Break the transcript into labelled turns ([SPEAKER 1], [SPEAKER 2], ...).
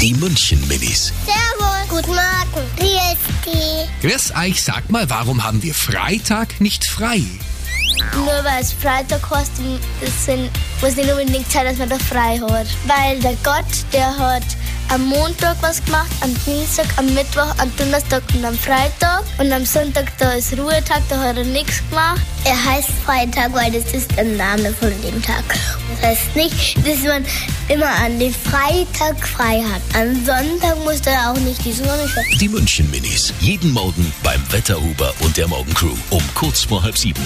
[SPEAKER 1] Die München Minis.
[SPEAKER 2] Servus. Guten Morgen. Wie die?
[SPEAKER 1] Grüß euch, sag mal, warum haben wir Freitag nicht frei?
[SPEAKER 2] Nur weil es Freitag heißt, das sind, muss nicht unbedingt sein, dass man da frei hat. Weil der Gott, der hat am Montag was gemacht, am Dienstag, am Mittwoch, am Donnerstag und am Freitag. Und am Sonntag, da ist Ruhetag, da hat er nichts gemacht. Er heißt Freitag, weil das ist der Name von dem Tag. Das heißt nicht, dass man immer an den Freitag frei hat. Am Sonntag muss da auch nicht die Sonne scheinen.
[SPEAKER 1] Die München Minis. Jeden Morgen beim Wetterhuber und der Morgencrew um kurz vor halb sieben.